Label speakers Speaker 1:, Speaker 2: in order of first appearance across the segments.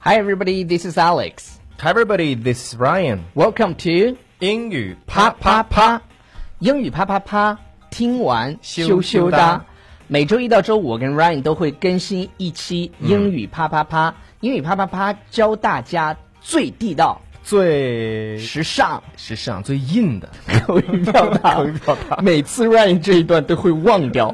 Speaker 1: Hi, everybody. This is Alex.
Speaker 2: Hi everybody, this is Ryan.
Speaker 1: Welcome to
Speaker 2: 英语
Speaker 1: 啪啪
Speaker 2: 啪啪
Speaker 1: 啪
Speaker 2: 啪，
Speaker 1: 英语啪啪啪，听完羞
Speaker 2: 羞
Speaker 1: 羞
Speaker 2: 羞
Speaker 1: 哒
Speaker 2: 哒。
Speaker 1: 每周一到周五，我跟 Ryan 都会更新一期
Speaker 2: 嗯
Speaker 1: 英语啪啪啪。英语啪啪啪教大家最地道、
Speaker 2: 最
Speaker 1: 时尚
Speaker 2: 时尚、最硬的。
Speaker 1: 口语表达。
Speaker 2: 口语表达
Speaker 1: 每次 Ryan 这一段都会忘掉。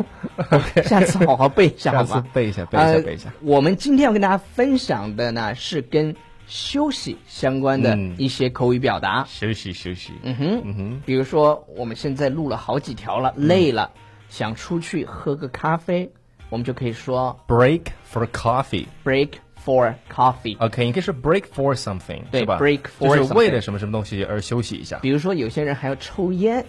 Speaker 1: 下次好好背一下，好
Speaker 2: 下
Speaker 1: 吗？
Speaker 2: 次背一下，背一下，
Speaker 1: 呃
Speaker 2: 背一下。
Speaker 1: 我们今天要跟大家分享的呢，是跟休息相关的
Speaker 2: 嗯
Speaker 1: 一些口语表达。
Speaker 2: 休息休息。
Speaker 1: 嗯哼，嗯哼，比如说我们现在录了好几条
Speaker 2: 嗯
Speaker 1: 了，累了，想出去喝个咖啡，我们就可以说
Speaker 2: Break for coffee。
Speaker 1: break for coffee。
Speaker 2: OK，你可以说 break for something，
Speaker 1: 对
Speaker 2: 是吧
Speaker 1: break for
Speaker 2: 就是为
Speaker 1: something
Speaker 2: 了什么什么东西而休息一下
Speaker 1: 比。如说有些人还要抽 烟，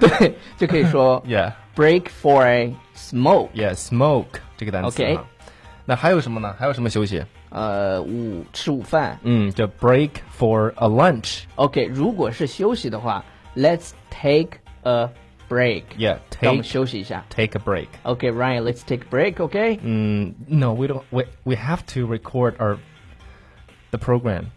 Speaker 1: 对，就可以说
Speaker 2: Yeah,
Speaker 1: break for a smoke。
Speaker 2: yeah, smoke 这个单词
Speaker 1: OK
Speaker 2: 啊。那还有什么呢？还有什么休息？
Speaker 1: 呃，午吃午饭。
Speaker 2: 嗯，叫 break for a lunch。
Speaker 1: OK，如果是休息的话，let's take a break。
Speaker 2: Yeah,
Speaker 1: 让我们
Speaker 2: take
Speaker 1: 休息一下。
Speaker 2: take a break.
Speaker 1: Okay, Ryan, let's take a break. Okay.
Speaker 2: Mm, no, we don't. We we have to record our the program.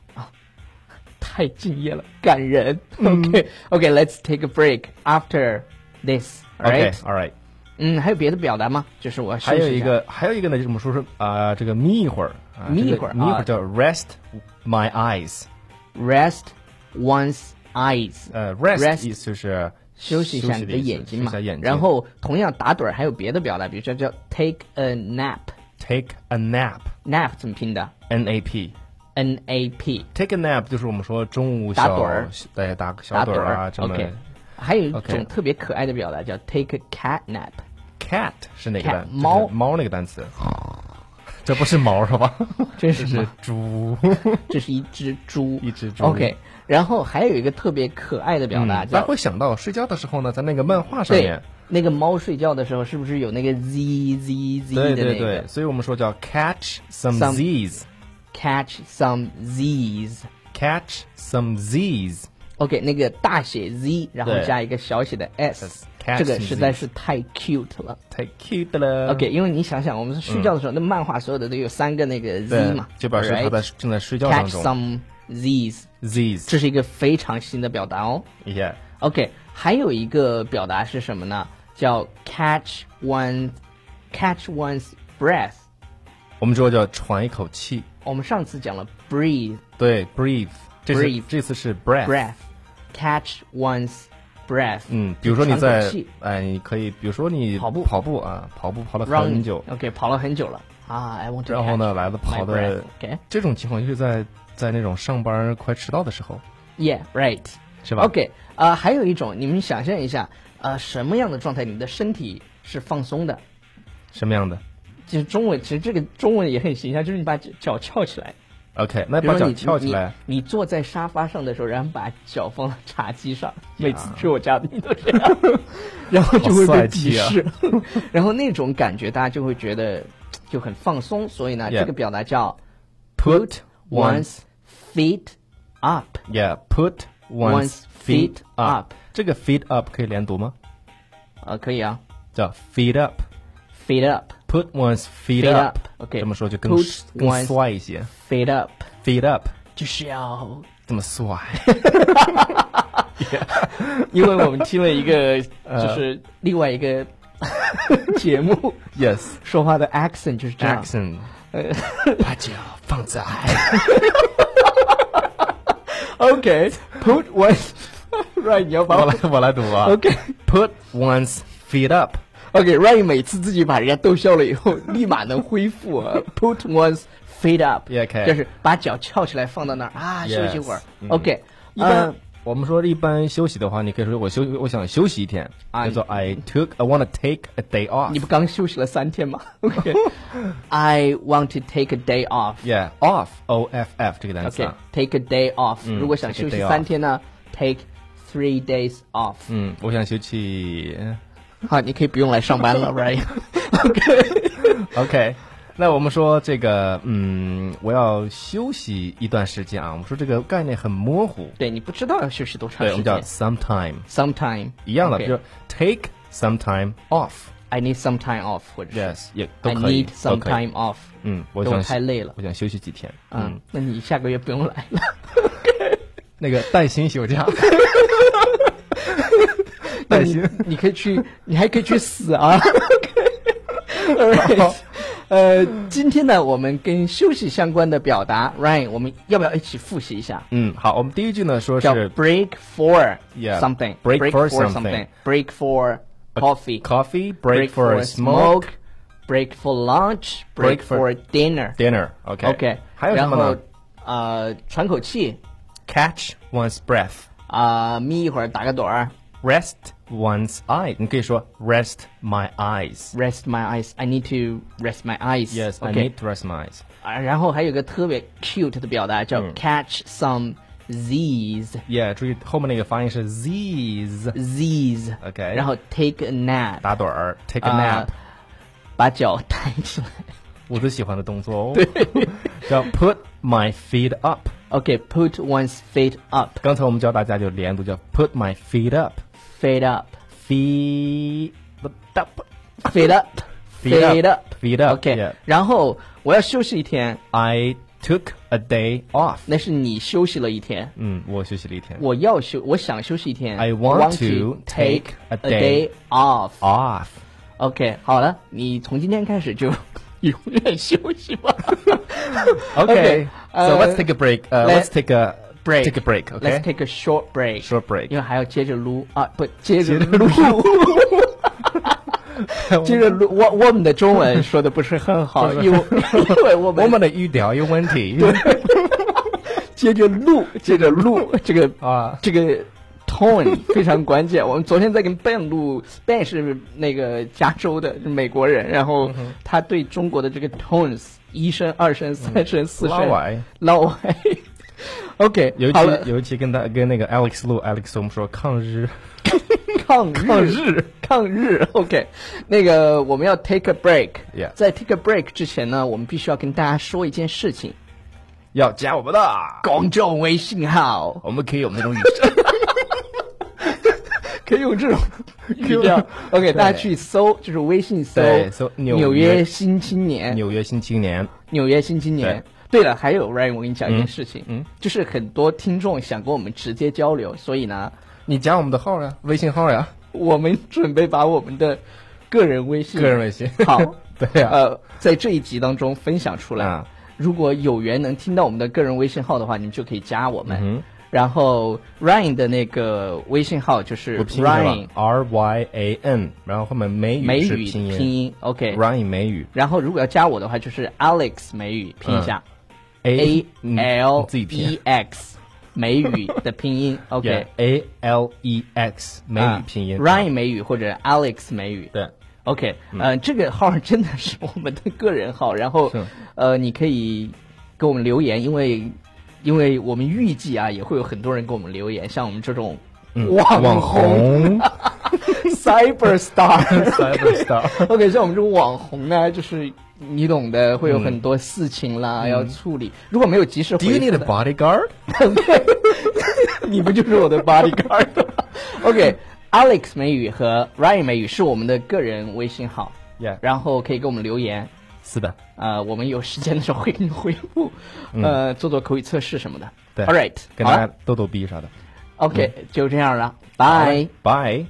Speaker 1: 太敬业了，感人。Okay,
Speaker 2: 嗯
Speaker 1: okay, let's take a break after this. Right?
Speaker 2: Okay, all right.
Speaker 1: 嗯，还有别的表达吗？就是我休息
Speaker 2: 还
Speaker 1: 一下
Speaker 2: 有一个，还有一个呢，就是我们说说啊、这个眯一会儿，啊
Speaker 1: 眯一
Speaker 2: 这个
Speaker 1: 会儿
Speaker 2: 眯一会
Speaker 1: 啊
Speaker 2: 儿叫 rest my eyes，
Speaker 1: rest one's eyes，
Speaker 2: 呃，rest
Speaker 1: Rest
Speaker 2: 意思就是
Speaker 1: 休息一下你
Speaker 2: 的
Speaker 1: 的
Speaker 2: 意思
Speaker 1: 眼睛
Speaker 2: 休息
Speaker 1: 嘛
Speaker 2: 一下眼。睛，
Speaker 1: 然后同样打盹儿还有别的表达，比如说叫 take a nap。
Speaker 2: take a nap，n
Speaker 1: nap 怎么拼的
Speaker 2: a p，take
Speaker 1: ？N A P。
Speaker 2: a nap 就是我们说中午
Speaker 1: 打
Speaker 2: 小
Speaker 1: 盹儿，
Speaker 2: 对，打个小
Speaker 1: 打
Speaker 2: 盹儿啊，这么
Speaker 1: OK。还有一
Speaker 2: OK
Speaker 1: 种特别可爱的表达叫 take a cat nap。
Speaker 2: cat 是哪个
Speaker 1: cat，
Speaker 2: 单？就是
Speaker 1: 猫
Speaker 2: 猫那个 单词，这不是毛是吧？
Speaker 1: 这
Speaker 2: 这
Speaker 1: 是什么
Speaker 2: 是？猪。
Speaker 1: 这是一只猪，
Speaker 2: 一只猪
Speaker 1: OK，然后还有一个特别可爱的表达
Speaker 2: 嗯大家
Speaker 1: 叫
Speaker 2: 会想到睡觉的时候呢，在那个漫画上
Speaker 1: 对
Speaker 2: 面，，
Speaker 1: 那个猫睡觉的时候是不是有那个 z z z 的
Speaker 2: 对
Speaker 1: 那个
Speaker 2: 对对，所以我们说叫 catch some
Speaker 1: Some-
Speaker 2: z's。
Speaker 1: catch some z's。
Speaker 2: catch some Z's。
Speaker 1: OK，那个大写 Z，然后
Speaker 2: 对
Speaker 1: 加一个小写的 S，
Speaker 2: Catch
Speaker 1: 这个
Speaker 2: some
Speaker 1: 实在
Speaker 2: Zs 嗯
Speaker 1: 是太 cute 了。
Speaker 2: 太 cute 了。
Speaker 1: OK，因为你想想，我们睡觉的时候，那漫画所有的都有三个那个
Speaker 2: 嗯对
Speaker 1: Z 嘛，
Speaker 2: 就表示他
Speaker 1: right？
Speaker 2: 在正在睡觉当
Speaker 1: catch
Speaker 2: 中。
Speaker 1: some Z's，
Speaker 2: Z's。
Speaker 1: 这是一个非常新的表达哦。
Speaker 2: Yeah。
Speaker 1: OK，还有一个表达是什么呢？叫 catch one catch one's breath。
Speaker 2: 我们说叫喘一口气。
Speaker 1: 我们上次讲了 breathe
Speaker 2: 对，breathe。这是
Speaker 1: Breathe
Speaker 2: 这次是 breath。
Speaker 1: breath catch one's breath。
Speaker 2: 嗯，比如说你
Speaker 1: 喘
Speaker 2: 在
Speaker 1: 口气
Speaker 2: 哎，你可以，比如说你
Speaker 1: 跑步
Speaker 2: 跑步啊，跑步跑了
Speaker 1: 让
Speaker 2: 很久，
Speaker 1: OK 跑了很久了啊，I want to。
Speaker 2: 然后呢，来了跑的
Speaker 1: OK
Speaker 2: 这种情况，就是在在那种上班快迟到的时候，
Speaker 1: yeah right
Speaker 2: 是吧
Speaker 1: OK 啊，还有一种你们想象一下呃什么样的状态你的身体是放松的？
Speaker 2: 什么样的
Speaker 1: 就是中文其实这个中文也很形象，就是你把脚翘起来。
Speaker 2: ？OK，那
Speaker 1: 比如
Speaker 2: 哎
Speaker 1: 说
Speaker 2: 把脚
Speaker 1: 你
Speaker 2: 翘起来，
Speaker 1: 你，你坐在沙发上的时候，然后把脚放到茶几上，每次去我家你都这 样，然后就会
Speaker 2: 好
Speaker 1: 被鄙
Speaker 2: 帅气啊
Speaker 1: 视， 然后那种感觉大家就会觉得就很放松，所以呢
Speaker 2: Yeah
Speaker 1: 这个表达叫
Speaker 2: Put
Speaker 1: one's
Speaker 2: one's-
Speaker 1: feet up。
Speaker 2: Yeah, put
Speaker 1: One's
Speaker 2: one's
Speaker 1: feet
Speaker 2: feet
Speaker 1: up
Speaker 2: up。这个 feet up 可以连读吗？
Speaker 1: 呃，可以啊
Speaker 2: 叫 feet up。
Speaker 1: ，feet up，feet
Speaker 2: Put one's feet
Speaker 1: Feet
Speaker 2: up。
Speaker 1: up，OK
Speaker 2: 这么说就更
Speaker 1: Put
Speaker 2: 更
Speaker 1: one's-
Speaker 2: 帅一些。
Speaker 1: up，
Speaker 2: Feet up
Speaker 1: 就是要，
Speaker 2: 这么帅。
Speaker 1: 因为我们听了一个
Speaker 2: 呃
Speaker 1: 就是另外一个 节目
Speaker 2: Yes。
Speaker 1: 说话的 accent 就是这样。
Speaker 2: Jackson，把脚放在
Speaker 1: OK，put one's right，你要把
Speaker 2: 我
Speaker 1: 我
Speaker 2: 来我来读啊。
Speaker 1: OK
Speaker 2: Put one's feet up。
Speaker 1: OK，Ryan 每次自己把人家逗笑了以 后，立马能恢复啊。Put one's feet up，
Speaker 2: Yeah, okay
Speaker 1: 就是把脚翘起来放到那儿啊，休息一会儿
Speaker 2: Yes，。嗯
Speaker 1: OK，
Speaker 2: 一般
Speaker 1: 嗯
Speaker 2: 呃我们说一般休息的话，你可以说我休我想休息一天，
Speaker 1: 啊
Speaker 2: 叫做 I took I wanna take a day
Speaker 1: 你
Speaker 2: off。
Speaker 1: 不刚休息了三天 吗？OK，I want to take a day off。
Speaker 2: Yeah, off O F F 这个单词
Speaker 1: OK
Speaker 2: 啊。
Speaker 1: take a day off，如果想
Speaker 2: 嗯 take
Speaker 1: 休
Speaker 2: a
Speaker 1: 息
Speaker 2: day off
Speaker 1: 三天呢，take three days off。
Speaker 2: 嗯，我想休息。嗯
Speaker 1: 好，你可以不用来上班 了，Ryan。OK，
Speaker 2: OK，那我们说这个，嗯，我要休息一段时间啊。我们说这个概念很模糊，
Speaker 1: 对，你不知道要休息多长
Speaker 2: 我
Speaker 1: 时
Speaker 2: 们叫
Speaker 1: 间
Speaker 2: sometime
Speaker 1: ，sometime
Speaker 2: 一样的，
Speaker 1: OK
Speaker 2: 比如 take some time off，
Speaker 1: I need some time off，或者是
Speaker 2: Yes，也都
Speaker 1: I
Speaker 2: 可以
Speaker 1: need
Speaker 2: 都
Speaker 1: some
Speaker 2: 可以。
Speaker 1: time off，
Speaker 2: 嗯，我
Speaker 1: 我
Speaker 2: 想
Speaker 1: 太累了
Speaker 2: 我想休息几天。
Speaker 1: 嗯，那你下个月不用来了。
Speaker 2: 那个带薪 休假，
Speaker 1: 那
Speaker 2: 带
Speaker 1: 你
Speaker 2: 薪
Speaker 1: 你可以去，你还可以去死 啊！Alright，呃，今天呢，我们跟休息相关的表达，Ryan，我们要不要一起复习一下？
Speaker 2: 嗯，好，我们第一句呢说
Speaker 1: 叫
Speaker 2: 是
Speaker 1: break for
Speaker 2: Yeah,
Speaker 1: something,
Speaker 2: break for something.
Speaker 1: something，break for coffee,
Speaker 2: coffee break for
Speaker 1: for
Speaker 2: a smoke
Speaker 1: break for lunch, break
Speaker 2: break for
Speaker 1: for dinner。
Speaker 2: dinner。OK
Speaker 1: OK，
Speaker 2: 还有什么
Speaker 1: 然
Speaker 2: 呢
Speaker 1: 后呃，喘口气
Speaker 2: ？Catch one's breath,
Speaker 1: 啊，眯一会儿，打个盹儿
Speaker 2: rest one's eye。你可以说 rest my eyes。
Speaker 1: ，rest my eyes. I need to rest my eyes.
Speaker 2: Yes, I
Speaker 1: OK
Speaker 2: need to rest my eyes.
Speaker 1: 啊，然后还有个特别 cute 的表达叫 catch some z's
Speaker 2: Yeah，注意后面那个发音是 z's。
Speaker 1: z's。
Speaker 2: OK
Speaker 1: 然后 take a nap，
Speaker 2: 打盹儿，take a
Speaker 1: 啊
Speaker 2: nap，、
Speaker 1: 把脚抬起来。
Speaker 2: 我最喜欢的动作哦。 叫 put my feet up。
Speaker 1: OK，put、one's feet up，feet
Speaker 2: 刚才我们教大家就连读，叫 put my feet up，feet
Speaker 1: up，feet
Speaker 2: up。
Speaker 1: up。
Speaker 2: Feet up, feet up,
Speaker 1: OK，、
Speaker 2: yeah.
Speaker 1: 然后我要休息一天，
Speaker 2: I took a day off。
Speaker 1: 那是你休息了一天。
Speaker 2: 嗯，我休息了一天。
Speaker 1: 我要休，我想休息一天。
Speaker 2: I want
Speaker 1: want
Speaker 2: to take a
Speaker 1: a day
Speaker 2: day
Speaker 1: off。
Speaker 2: off。
Speaker 1: OK，好了，你从今天开始就永远休息 吧。
Speaker 2: Okay, so
Speaker 1: 呃
Speaker 2: let's take a break. Uh,
Speaker 1: let-
Speaker 2: let's take a
Speaker 1: break.
Speaker 2: Take a break.
Speaker 1: Let's
Speaker 2: Okay.
Speaker 1: take a short break.
Speaker 2: Short break.
Speaker 1: 因为还要接着撸啊，不，接着
Speaker 2: 接着
Speaker 1: 撸， 接着撸。我我们的中文说的不 是很好，因为因为我们
Speaker 2: 我们的语调有问题。
Speaker 1: 接着录，接着录，这个
Speaker 2: 啊
Speaker 1: 这个 tone 非常关键。我们昨天在跟 Ben 录，Ben 是那个加州的是美国人，然后他对中国的这个 tones 一声、二声、三声、四声
Speaker 2: 拉歪，
Speaker 1: 老外。OK，
Speaker 2: 尤其
Speaker 1: 好了，
Speaker 2: 尤其跟他跟那个 Alex 录 Alex，我们说抗日
Speaker 1: 抗
Speaker 2: 抗
Speaker 1: 日
Speaker 2: 日。
Speaker 1: 抗日，OK，那个我们要 take a break。
Speaker 2: Yeah
Speaker 1: 在 take a break 之前呢，我们必须要跟大家说一件事情：
Speaker 2: 要加我们的，
Speaker 1: 公众微信号
Speaker 2: 我们可以有那种语
Speaker 1: 可以用 这种语
Speaker 2: 用
Speaker 1: 调。OK，大家去搜，就是微信搜
Speaker 2: 对搜
Speaker 1: 《
Speaker 2: 纽
Speaker 1: 纽
Speaker 2: 约
Speaker 1: 约新青年》。
Speaker 2: 纽约新青年，
Speaker 1: 纽约新青年。对了，还有 Ryan，我跟你讲一件事情，嗯，就是很多听众想跟我们直接交流，所以呢，
Speaker 2: 你加我们的号呀，微信号呀，
Speaker 1: 我们准备把我们的个人微信，
Speaker 2: 个人微信
Speaker 1: 好，
Speaker 2: 对呀
Speaker 1: 呃，在这一集当中分享出来。
Speaker 2: 啊
Speaker 1: 如果有缘能听到我们的个人微信号的话，你们就可以加我们。
Speaker 2: 嗯
Speaker 1: 然后 Ryan 的那个微信号就是
Speaker 2: 我拼一下吧
Speaker 1: Ryan
Speaker 2: ，R Y A N，然后后面美语
Speaker 1: 美
Speaker 2: 是
Speaker 1: 语
Speaker 2: 拼
Speaker 1: 拼
Speaker 2: 音
Speaker 1: 音，OK。
Speaker 2: ，Ryan 美语
Speaker 1: 然后如果要加我的话，就是 Alex 美语拼一下。A
Speaker 2: 嗯
Speaker 1: L
Speaker 2: 你自己拼
Speaker 1: E X 美语的拼音
Speaker 2: 嗯，Yeah
Speaker 1: ，OK，
Speaker 2: A L E X 美
Speaker 1: 啊
Speaker 2: 语拼音
Speaker 1: ，Ryan 美语或者 Alex 美语，
Speaker 2: 对。嗯
Speaker 1: ，OK，呃，这个号真的是我们的个人号，然后
Speaker 2: 是
Speaker 1: 呃，你可以给我们留言，因为因为我们预计啊，也会有很多人给我们留言，像我们这种
Speaker 2: 嗯网
Speaker 1: 网红 cyber star。
Speaker 2: cyber star，
Speaker 1: OK，像我们这种网红呢，就是你懂的，会有很多事情啦、要处理。如果没有及时回
Speaker 2: 嗯 Do you
Speaker 1: 复
Speaker 2: need a
Speaker 1: 的
Speaker 2: bodyguard？
Speaker 1: 你不就是我的 bodyguard 吗 ？OK，Alex、美语和 Ryan 美语是我们的个人微信号
Speaker 2: Yeah
Speaker 1: 然后可以给我们留言，
Speaker 2: 是的，
Speaker 1: 呃，我们有时间的时候会给你回复，呃，做做口语测试什么的。
Speaker 2: 对
Speaker 1: a l right，
Speaker 2: 跟
Speaker 1: 好
Speaker 2: 大家
Speaker 1: 了
Speaker 2: 逗逗逼啥的。
Speaker 1: 嗯，OK，就这样了，拜。
Speaker 2: Bye。